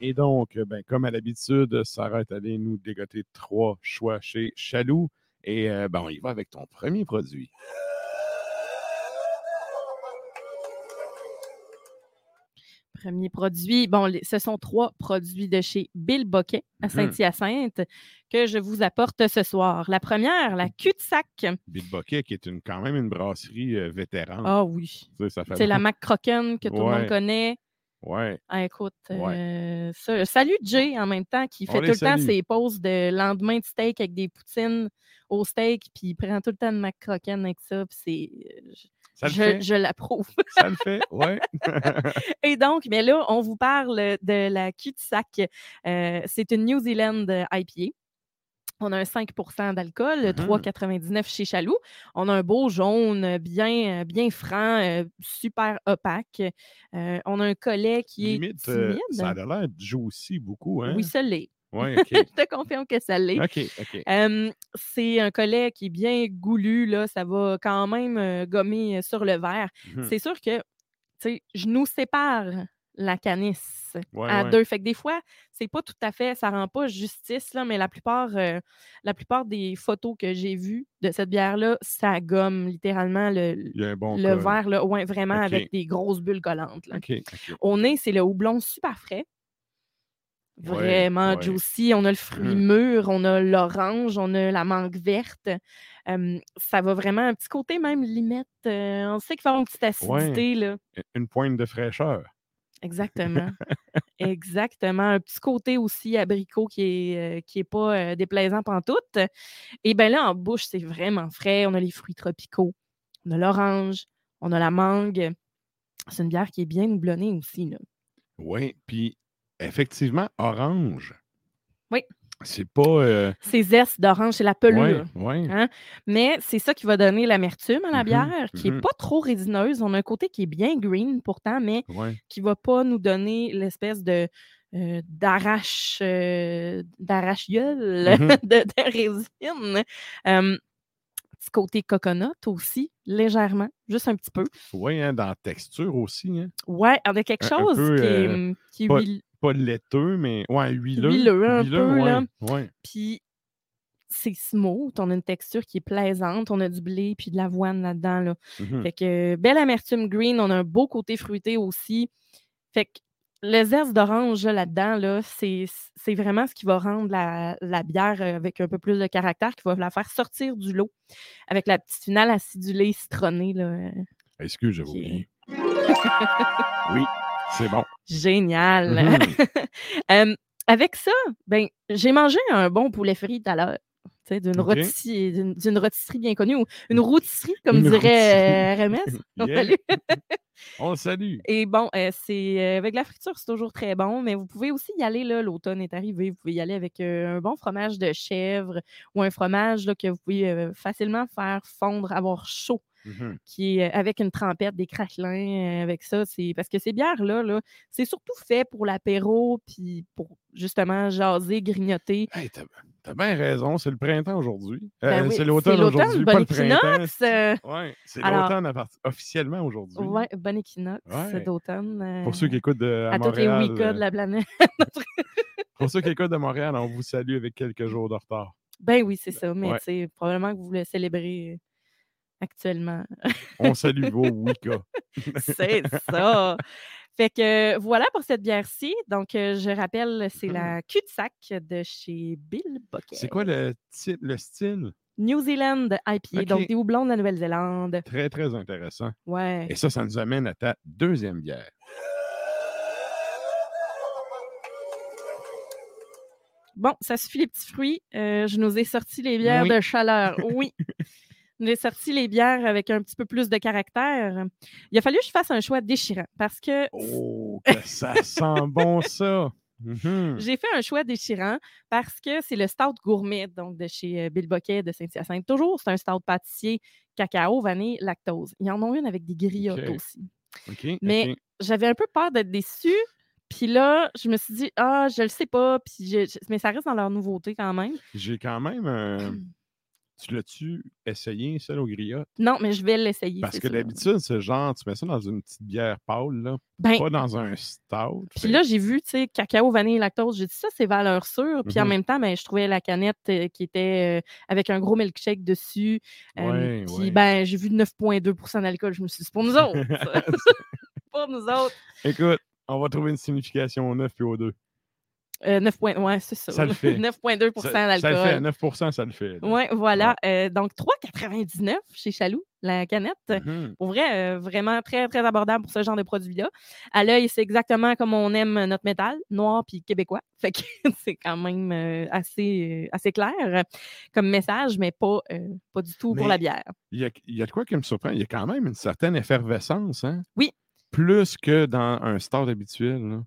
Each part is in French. Et donc, ben, comme à l'habitude, Sarah est allée nous dégoter trois choix chez Chaloux. Et euh, ben, on y va avec ton premier produit. Premier produit. Bon, les- ce sont trois produits de chez Bill Boquet à Mhm. Saint-Hyacinthe que je vous apporte ce soir. La première, la cul-de-sac. Bill Boquet, qui est une, quand même une brasserie euh, vétérane. Ah oui. Tu sais, ça fait C'est la Mac Crocken que tout le Ben Ouais. monde connaît. Ouais. Ah, écoute, Ouais. euh, ça- salut Jay en même temps qui On fait les tout le salue. temps ses pauses de lendemain de steak avec des poutines au steak, puis il prend tout le temps de Mac Crocken avec ça. puis c'est- Ça le Je, fait. je l'approuve. Ça le fait. Ouais. Et donc, mais là, on vous parle de la cul-de-sac. Euh, c'est une New Zealand IPA. On a un 5 d'alcool, Mhm. 3,99 chez Chaloux. On a un beau jaune euh, bien, euh, bien franc, euh, super opaque. Euh, on a un collet qui Limite, est euh, timide. ça a l'air juicy beaucoup. Hein? Oui, ça l'est. Ouais, OK. Je te confirme que ça l'est. OK, OK. Euh, c'est un collet qui est bien goulu, là, ça va quand même euh, gommer euh, sur le verre. Mhm. C'est sûr que tu sais, je nous sépare la canisse Ouais, à ouais. deux. Fait que des fois, c'est pas tout à fait, ça rend pas justice, là, mais la plupart, euh, la plupart des photos que j'ai vues de cette bière-là, ça gomme littéralement le, Il y a un bon le col. verre, là, ouais, vraiment Ok. avec des grosses bulles collantes. là. OK, OK. Au nez, c'est le houblon super frais. Ouais, Vraiment ouais. Mmh. juicy. On a le fruit mûr, on a l'orange, on a la mangue verte. Euh, ça va vraiment un petit côté même limette. euh, on sait qu'il va y avoir une petite Ouais. acidité. Là. Une pointe de fraîcheur. Exactement. Exactement. Un petit côté aussi abricot qui est, euh, qui est pas euh, déplaisant pantoute. Et bien là, en bouche, c'est vraiment frais. On a les fruits tropicaux. On a l'orange. On a la mangue. C'est une bière qui est bien houblonnée aussi. Là. Oui, puis effectivement, orange. Oui. C'est pas. euh, Ces zestes d'orange, c'est la pelure. ouais, ouais. Hein? Mais c'est ça qui va donner l'amertume à la Mhm, bière, qui n'est mhm. pas trop résineuse. On a un côté qui est bien green pourtant, mais ouais. qui ne va pas nous donner l'espèce de euh, d'arrache euh, d'arrache-gueule Mhm. de, de résine. Euh, petit côté coconut aussi, légèrement, juste un petit peu. Ouais, hein, dans la texture aussi. Hein. Ouais, on a quelque Un- un chose peu, qui est, euh, hum, qui est pas- huile- Pas laiteux, mais. Ouais, huileux. Huileux, un peu, ouais, là. Ouais. Puis c'est smooth, on a une texture qui est plaisante, on a du blé puis de l'avoine là-dedans. Là. mhm. Fait que euh, belle amertume green, on a un beau côté fruité aussi. Fait que le zeste d'orange là, là-dedans, là, c'est c'est vraiment ce qui va rendre la, la bière euh, avec un peu plus de caractère, qui va la faire sortir du lot avec la petite finale acidulée citronnée. là, euh, Excuse, j'avais qui est- oublié. oui, c'est bon. Génial! Mm-hmm. Euh, avec ça, ben, j'ai mangé un bon poulet frit tout à l'heure. tu sais, D'une Ok. rôtisserie, d'une- d'une rôtisserie bien connue, ou une rôtisserie, comme Une dirait euh, RMS. Mhm. Yeah, Salut. On le salue. Et bon, euh, c'est euh, avec la friture, c'est toujours très bon, mais vous pouvez aussi y aller, là, l'automne est arrivé, vous pouvez y aller avec euh, un bon fromage de chèvre ou un fromage là, que vous pouvez euh, facilement faire fondre, avoir chaud, Mhm. qui est euh, avec une trempette, des craquelins, euh, avec ça. c'est Parce que ces bières-là, là, c'est surtout fait pour l'apéro, puis pour justement jaser, grignoter. Hey, t'as, t'as bien raison, c'est le printemps aujourd'hui. Euh, Ben oui, c'est l'automne aujourd'hui, bon pas le printemps. équinoxe! euh, Ouais, c'est Alors- l'automne à part- officiellement aujourd'hui. ouais, bon équinoxe Ouais. d'automne. Pour ceux euh, qui écoutent de, à, euh, à toutes les Montréal, Wicca de la planète. Pour ceux qui écoutent de Montréal, on vous salue avec quelques jours de retard. Ben oui, c'est ça. Mais Ouais. tu sais, probablement que vous le célébrez euh, actuellement. On salue vos Wicca. c'est ça. Fait que euh, voilà pour cette bière-ci. Donc, euh, je rappelle, c'est la cul-de-sac de chez Bill Bucket. Mmh. C'est quoi le type, le style? New Zealand IPA, donc Ok. des houblons de la Nouvelle-Zélande. Très, très intéressant. Ouais. Et ça, ça nous amène à ta deuxième bière. Bon, ça suffit les petits fruits. Euh, je nous ai sorti les bières Oui. de chaleur. Oui. Je nous ai sorti les bières avec un petit peu plus de caractère. Il a fallu que je fasse un choix déchirant parce que Oh, que ça sent bon, ça! Mhm. j'ai fait un choix déchirant parce que c'est le stout gourmet, donc de chez euh, Bill Boquet de Saint-Hyacinthe. Toujours, c'est un stout pâtissier, cacao, vanille, lactose. Ils en ont une avec des griottes Ok. aussi. OK, Mais- ok. J'avais un peu peur d'être déçue. Puis là, je me suis dit, ah, je le sais pas. Puis je- je- mais ça reste dans leur nouveauté quand même. J'ai quand même un... Hum. Tu l'as-tu essayé, celle au griotte? Non, mais je vais l'essayer. Parce c'est que sûr. d'habitude, c'est genre, tu mets ça dans une petite bière pâle, là, Ben, pas dans un stout. Puis fait- là, j'ai vu, tu sais, cacao, vanille, lactose. J'ai dit, ça, c'est valeur sûre. Puis en Mhm. même temps, ben, je trouvais la canette euh, qui était euh, avec un gros milkshake dessus. Ouais, puis, ouais. ben, j'ai vu 9,2 d'alcool. Je me suis dit, c'est pour nous autres. ça. pour nous autres. Écoute, on va trouver une signification au 9 puis au 2. Euh, 9, point- ouais, c'est ça. Ça le fait. 9,2 Ça, d'alcool. ça le fait, à 9 ça le fait. là. Ouais, voilà. Euh, donc, 3,99 chez Chaloux, la canette. Mhm. Pour vrai, euh, vraiment très, très abordable pour ce genre de produit-là. À l'œil, c'est exactement comme on aime notre métal, noir puis québécois. Fait que c'est quand même euh, assez, euh, assez clair euh, comme message, mais pas, euh, pas du tout pour Mais- la bière. Il, y a, il y a de quoi qui me surprend. Il y a quand même une certaine effervescence, hein? Oui. Plus que dans un stout habituel, là.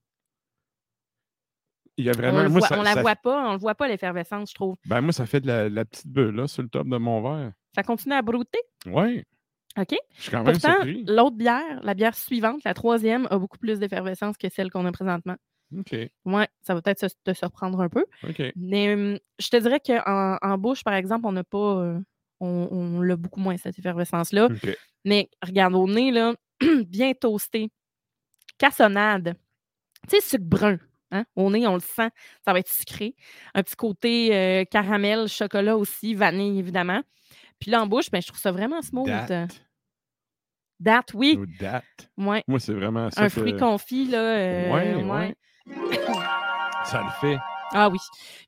Il y a vraiment. on le moi, voit- ça, on la ça- voit pas, on le voit pas l'effervescence, je trouve. ben, moi, ça fait de la, la petite bulle, là, sur le top de mon verre. Ça continue à brouter. Oui. OK. Je suis quand même Pourtant, surpris. l'autre bière, la bière suivante, la troisième, a beaucoup plus d'effervescence que celle qu'on a présentement. OK. Ouais, ça va peut-être se- te surprendre un peu. OK. Mais hum, je te dirais qu'en en bouche, par exemple, on n'a pas. euh, on on l'a beaucoup moins, cette effervescence-là. OK. Mais regarde au nez, là, bien toasté. Cassonade. Tu sais, sucre brun. Hein? Au nez, on le sent. Ça va être sucré. Un petit côté euh, caramel, chocolat aussi, vanille, évidemment. Puis là, en bouche, ben, je trouve ça vraiment smooth. Date. Date, oui. Ou date. Ouais. Moi, c'est vraiment ça. Un que- fruit confit, là. euh, Ouais, ouais. ouais. Ça le fait. Ah oui.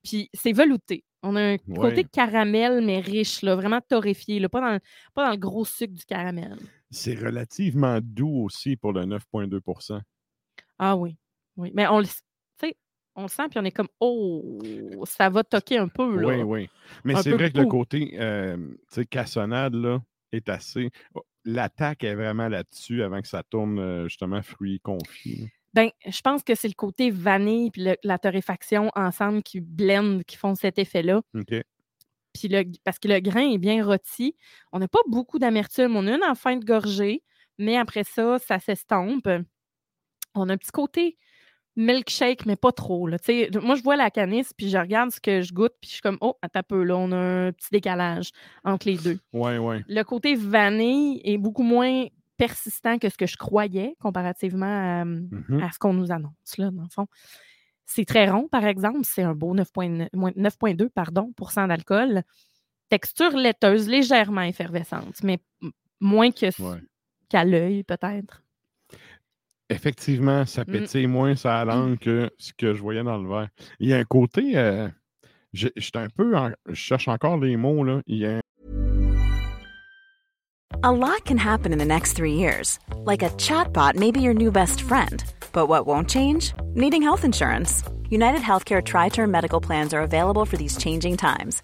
Puis c'est velouté. On a un côté Ouais. caramel, mais riche, là, vraiment torréfié, là, pas, dans, le- pas dans le gros sucre du caramel. C'est relativement doux aussi pour le 9,2 Ah oui. oui. Mais on le, s- tu sais, on le sent, puis on est comme, oh, ça va toquer un peu. Là. Oui, oui. Mais Un c'est peu vrai que le beaucoup. côté euh, tu sais, cassonade là, est assez. oh, L'attaque est vraiment là-dessus avant que ça tourne euh, justement fruits confits. là. Ben, je pense que c'est le côté vanille puis le- la torréfaction ensemble qui blendent, qui font cet effet-là. OK. Puis le, parce que le grain est bien rôti. On n'a pas beaucoup d'amertume. On a une en fin de gorgée, mais après ça, ça s'estompe. On a un petit côté milkshake, mais pas trop. là. Tu sais, Moi, je vois la canisse, puis je regarde ce que je goûte, puis je suis comme, oh, attends un peu, là, on a un petit décalage entre les deux. Oui, oui. Le côté vanille est beaucoup moins persistant que ce que je croyais comparativement à, hum, Mhm. Mm. à ce qu'on nous annonce, là, dans le fond. C'est très rond, par exemple. C'est un beau 9,9 moins- 9,2 pardon, pour cent d'alcool. Texture laiteuse, légèrement effervescente, mais m- moins que s- Ouais. qu'à l'œil, peut-être. Effectivement, ça Mmh. pétille moins sa langue que ce que je voyais dans le verre. Il y a un côté. euh, je je suis un peu. en- je cherche encore les mots. Là. Il y a un A lot can happen in the next three years. Like a chatbot may be your new best friend. But what won't change? Needing health insurance. United Healthcare Tri Term Medical Plans are available for these changing times.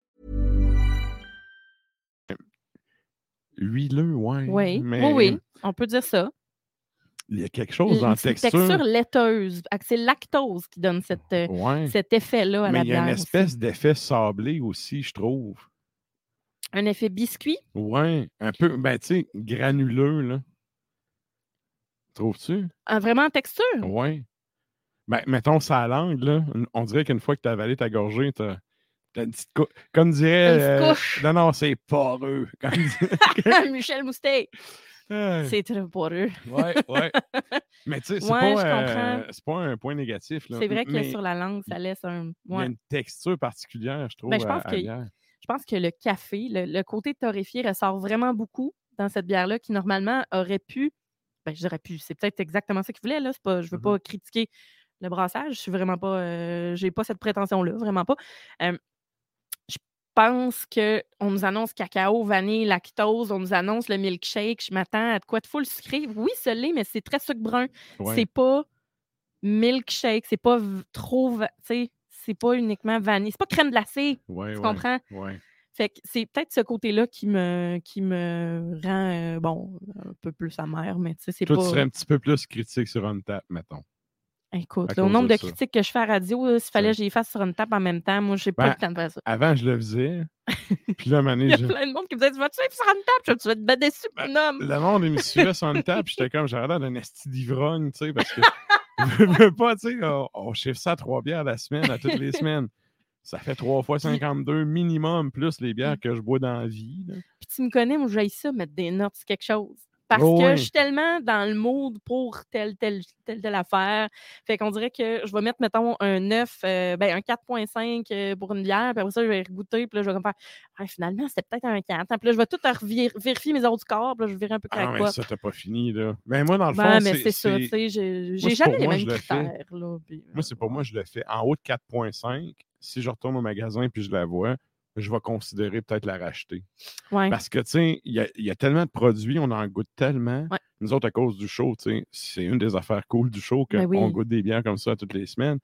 Huileux, ouais. Oui, Mm, mais oui, oui, on peut dire ça. Il y a quelque chose en C'est une texture. texture laiteuse. Fait que C'est lactose qui donne cette, euh, Ouais. cet effet-là à Mais la il y a bière. une aussi. espèce d'effet sablé aussi, je trouve. Un effet biscuit. Ouais, un peu, ben tu sais, granuleux, là. Trouves-tu? Ah, vraiment en texture. Ouais. Ben, mettons ça à l'angle, là. on- On dirait qu'une fois que t'as avalé ta gorgée, t'as t'as une petite cou- Comme dirait. Une euh, couche. Non, non, c'est poreux. Comme dirait- Michel Moustet. Ouais, C'est très poreux. ouais, ouais. Mais tu sais, c'est Ouais, je pas, euh, comprends. c'est pas un point négatif. là. C'est vrai que Mais sur la langue, ça laisse un. Il y ouais. a une texture particulière, je trouve. Ben, je à- pense à que- bière. Je pense que le café, le, le côté torréfié ressort vraiment beaucoup dans cette bière-là qui, normalement, aurait pu. Ben, je dirais pu. C'est peut-être exactement ça qu'il voulait. Là. C'est Pas, je ne veux Mhm. pas critiquer le brassage. Je suis vraiment pas. euh, j'ai pas cette prétention-là. Vraiment pas. Euh, je pense qu'on nous annonce cacao, vanille, lactose. On nous annonce le milkshake. Je m'attends à de quoi de full sucré. Oui, ce l'est, mais c'est très sucre brun. Ouais. C'est pas milkshake. C'est pas v- trop. va- Tu sais, c'est pas uniquement vanille. C'est pas crème Eh glacée. Ouais, Tu ouais, comprends? ouais. Fait que c'est peut-être ce côté-là qui me, qui me rend, euh, bon, un peu plus amer, mais tu sais, c'est Toi, pas... tu serais un petit peu plus critique sur une tap, mettons. à Écoute, cause au nombre de de, ça. critiques que je fais à radio, euh, s'il fallait que j'y fasse sur une table en même temps, moi, j'ai pas Ben, le temps de faire ça. Avant, je le faisais. Puis là, à un moment donné, Il y a je- plein de monde qui me disait « Tu vas-tu vivre sur une table? Je vais- Tu vas te battre dessus, Ben, mon homme! le monde il me suivait sur une table, puis j'étais comme, j'avais l'air d'un esti d'ivrogne, tu sais, parce que je veux pas, tu sais, on, on chiffre ça à trois bières la semaine, à toutes les semaines. Ça fait trois fois 52 minimum, plus les bières Mmh. que je bois dans la vie. là. » Puis tu me connais, moi, j'aille ça, mettre des notes sur quelque chose. Parce Oh, que ouais. je suis tellement dans le mood pour telle, telle, telle, telle affaire. Fait qu'on dirait que je vais mettre, mettons, un 9, euh, ben, un 4.5 euh, pour une bière, puis après ça, je vais regoûter, puis là, je vais comme faire Ah, finalement, c'était peut-être un 4. Puis là, je vais tout revier- vérifier mes autres corps, puis là, je vais virer un peu Ah, craquois. mais ça, t'as pas fini, là. Ben, moi, dans le fond, Ben, mais c'est, c'est ça, c'est- tu sais, j'ai j'ai c'est jamais pour les moi, je mêmes le fais. critères. Là, puis, euh, moi, c'est pour moi, je le fais en haut de 4.5. Si je retourne au magasin puis je la vois, je vais considérer peut-être la racheter. ouais. Parce que, tu sais, il y, a- il y a tellement de produits, on en goûte tellement. Ouais. Nous autres, à cause du show, tu sais, c'est une des affaires cool du show qu'on Ben oui. goûte des bières comme ça toutes les semaines.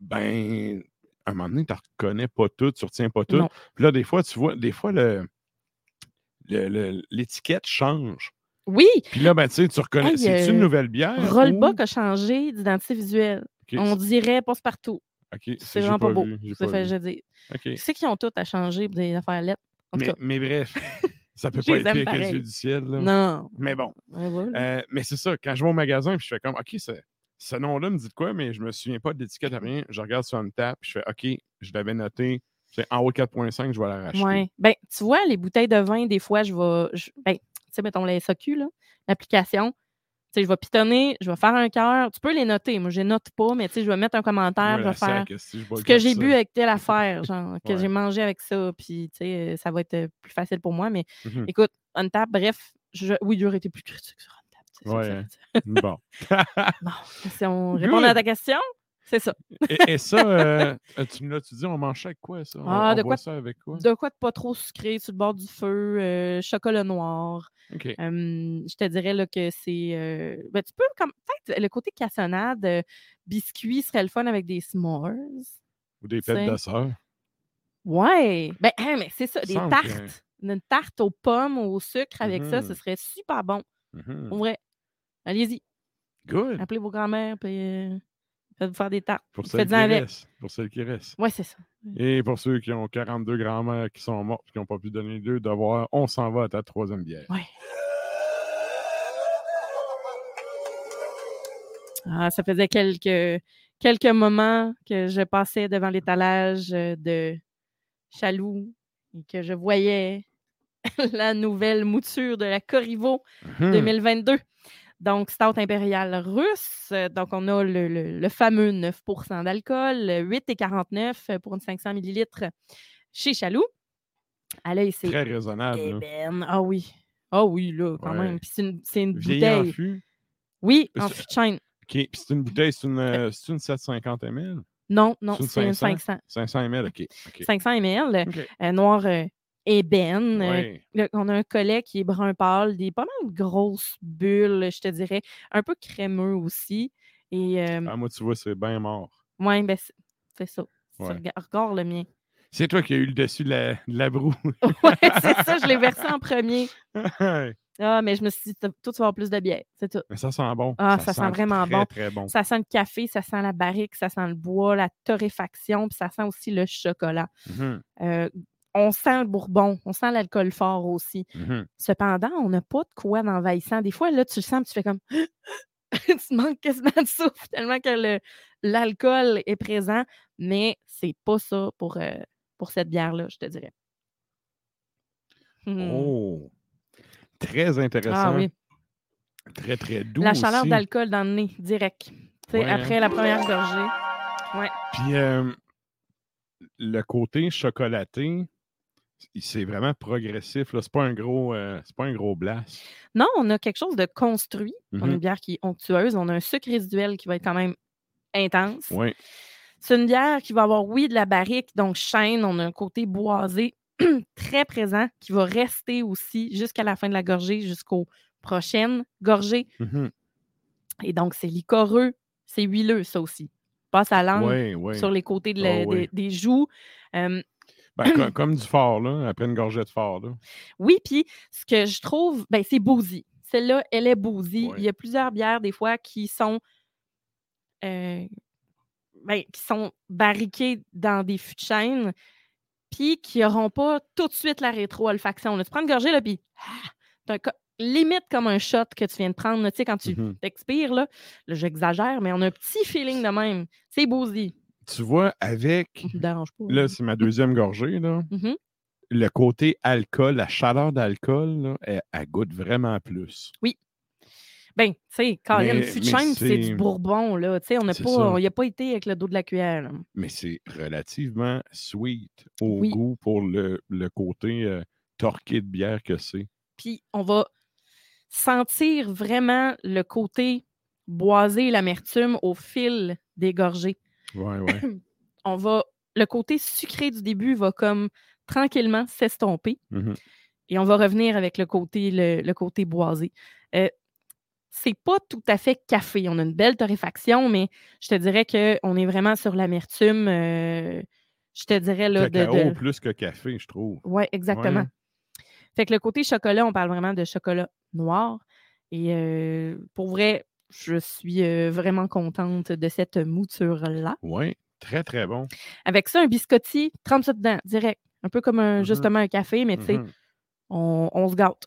Ben, à un moment donné, tu reconnais pas tout, tu retiens pas tout. Non. Puis là, des fois, tu vois, des fois, le. le- le- L'étiquette change. Oui, Puis là, ben, tu sais, tu reconnais. Hey, C'est-tu une euh, nouvelle bière? Rollbuck ou- a changé d'identité visuelle. Ok, On dirait passe-partout. ok, j'ai C'est vraiment pas beau. vu, j'ai Ça pas fait, vu. je dis. Ok. C'est qu'ils ont tout à changer pour des affaires lettres. En tout Mais, cas, mais bref, ça peut Je pas les être pire aime que les pareil. yeux du ciel. là. non. Mais bon. Ouais, voilà. Euh, mais c'est ça, quand je vais au magasin, puis je fais comme, OK, ce, ce nom-là me dit de quoi, mais je me souviens pas de l'étiquette, rien. Je regarde sur une table, puis je fais, OK, je l'avais noté. C'est en haut de 4.5, je vais la racheter. Ouais. Ben, tu vois, les bouteilles de vin, des fois, je vais. je- ben, tu sais, mettons la SAQ, là, l'application. Tu sais, je vais pitonner, je vais faire un cœur. Tu peux les noter. Moi, je les note pas, mais tu sais, je vais mettre un Moi, commentaire, je la vais faire sac, si je bois ce le que comme j'ai ça. bu avec telle affaire, genre, que Ouais. j'ai mangé avec ça. Puis, tu sais, euh, ça va être euh, plus facile pour moi. Mais Mhm. écoute, on tap, bref, je- oui, j'aurais été plus critique sur on tap. c'est ça que Ouais, ça veut hein. dire. Bon. Bon, si on répond à Good. ta question, c'est ça. Et, et ça, euh, tu me l'as-tu dit, on mange ça avec quoi, ça? On- Ah, on de boit quoi- ça avec quoi? De quoi de pas trop sucré, sur le bord du feu, euh, chocolat noir. OK. Euh, je te dirais là, que c'est. euh, ben, tu peux, comme peut-être, le côté cassonade, euh, biscuit serait le fun avec des s'mores. Ou des pêtes de c'est- sœur. Ouais. Ben, hein, mais c'est ça, des Semble tartes. que- Une tarte aux pommes, au sucre avec ça, ce Mhm. serait super bon. Mhm. En vrai, allez-y, Good. appelez vos grands-mères, puis euh, faites-vous faire des tartes. Pour celles qui Faites-en avec. restent. Pour celles qui restent. Ouais, c'est ça. Et pour ceux qui ont 42 grands-mères qui sont mortes et qui n'ont pas pu donner deux devoirs, on s'en va à ta troisième bière. Ouais. Ah, ça faisait quelques, quelques moments que je passais devant l'étalage euh, de Chaloux et que je voyais la nouvelle mouture de la Corriveau Mhm. 2022. Donc, stout impérial russe. Euh, Donc, on a le, le- le fameux 9 d'alcool, euh, 8,49 pour une 500 millilitres chez Chaloux. Ah, À l'œil, c'est Très raisonnable. là. Eben. Ah oui. Ah oui, là, quand Ouais. même. Puis c'est une, c'est une Vieilli en bouteille. fût. Oui, Euh, en c'est- fût de chêne. OK. Puis c'est une bouteille, c'est une, euh, c'est une 750 ml? Non, non, c'est une c'est une 500? 500. 500 ml, OK. OK. 500 ml, OK. euh, noir euh, ébène. Euh, Oui. Là, on a un collet qui est brun pâle, des pas mal de grosses bulles, je te dirais, un peu crémeux aussi. Et euh, Ah, moi, tu vois, c'est bien mort. ouais, ben, c'est- c'est ça. Tu Ouais. rega- Regarde le mien. C'est toi qui as eu le dessus de la, de la broue. ouais, c'est ça, je l'ai versé en premier. Mais Ah, mais je me suis dit, toi, tu vas avoir plus de bière. C'est tout. ça sent bon. Ah, ça sent vraiment très, bon. très bon. Ça sent le café, ça sent la barrique, ça sent le bois, la torréfaction, puis ça sent aussi le chocolat. Mhm, Euh, on sent le bourbon, on sent l'alcool fort aussi. mhm. Cependant, on n'a pas de quoi d'envahissant. Des fois, là, tu le sens, puis tu fais comme. tu manques quasiment de souffle tellement que le- l'alcool est présent, mais c'est pas ça pour, euh, pour cette bière-là, je te dirais. Hmm. Oh! Très intéressant. ah oui. Très, très doux. La chaleur aussi. d'alcool dans le nez, direct. Tu sais, Ouais, hein. Après la première gorgée. Puis euh, le côté chocolaté, il- c'est vraiment progressif. là. C'est pas un gros, euh, c'est pas un gros blast. Non, on a quelque chose de construit. On a Mhm. une bière qui est onctueuse. On a un sucre résiduel qui va être quand même intense. Oui. C'est une bière qui va avoir, oui, de la barrique, donc chêne. On a un côté boisé très présent qui va rester aussi jusqu'à la fin de la gorgée, jusqu'aux prochaines gorgées. Mhm. Et donc, c'est licoreux, c'est huileux, ça aussi. Passe à langue Oui, oui. sur les côtés de la- Ah oui. des, des joues. Euh, Ben, co- comme du fort, là, après une gorgée de fort. Là. Oui, puis ce que je trouve, ben, c'est bousy. Celle-là, elle est bousy. Ouais. Il y a plusieurs bières, des fois, qui sont, euh, ben, qui sont barriquées dans des fûts de chêne, puis qui n'auront pas tout de suite la rétro-olfaction. là. Tu prends une gorgée, là, puis ah, t'as un co- limite comme un shot que tu viens de prendre. là. Tu sais, quand tu Mhm. t'expires, là, là, j'exagère, mais on a un petit feeling de même. C'est bousy. Tu vois, avec. Ça me dérange pas. Mhm. hein. Là, c'est ma deuxième gorgée. Là. Mhm. Le côté alcool, la chaleur d'alcool, là, elle, elle goûte vraiment plus. Ben, tu sais, quand il y a une Mais- petite mais chaîne, c'est c'est- du bourbon, là. Tu sais, on n'a C'est pas, ça. on y a pas été avec le dos de la cuillère. là. Mais c'est relativement sweet au Oui. goût pour le, le côté euh, torqué de bière que c'est. Puis on va sentir vraiment le côté boisé et l'amertume au fil des gorgées. Ouais, ouais. On va, le côté sucré du début va comme tranquillement s'estomper Mhm. et on va revenir avec le côté, le, le côté boisé. Euh, c'est pas tout à fait café. On a une belle torréfaction, mais je te dirais qu'on est vraiment sur l'amertume. euh, je te dirais là, de- Cacao de, plus que café, je trouve. Oui, exactement. hein. Fait que le côté chocolat, on parle vraiment de chocolat noir. Et euh, pour vrai, je suis euh, vraiment contente de cette mouture-là. Oui, très, très bon. Avec ça, un biscotti, trempe ça dedans, direct. Un peu comme un- Mhm. justement un café, mais tu sais, Mhm. on, on se gâte.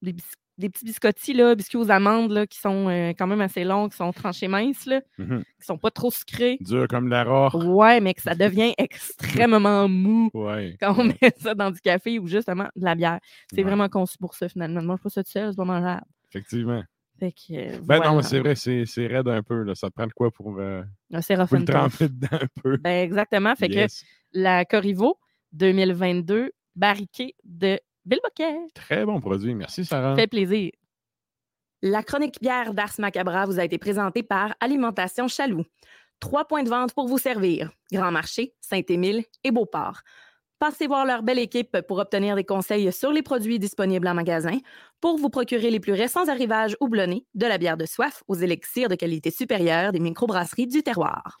Des, bis- des petits biscottis, là, biscuits aux amandes, là, qui sont euh, quand même assez longs, qui sont tranchés minces, là, Mhm. qui sont pas trop sucrés. Dur comme la roche. Ouais, mais que ça devient extrêmement mou Ouais. quand on ouais. met ça dans du café ou justement de la bière. C'est Ouais. vraiment conçu pour ça, finalement. Moi, je trouve ça tout seul, c'est pas mangeable. Effectivement. Fait que, euh, Ben non, voilà. c'est vrai, c'est c'est raide un peu. Là. Ça te prend de quoi pour, euh, Un pour Seraphin le Toast. tremper dedans un peu. Ben, exactement. Fait Yes. que la Corriveau 2022, barriquée de Bill Boquet. Très bon produit. Merci, Sarah. Fait plaisir. La chronique bière d'Ars Macabra vous a été présentée par Alimentation Chaloux. Trois points de vente pour vous servir Grand Marché, Saint-Émile et Beauport. Passez voir leur belle équipe pour obtenir des conseils sur les produits disponibles en magasin, pour vous procurer les plus récents arrivages houblonnés, de la bière de soif aux élixirs de qualité supérieure des microbrasseries du terroir.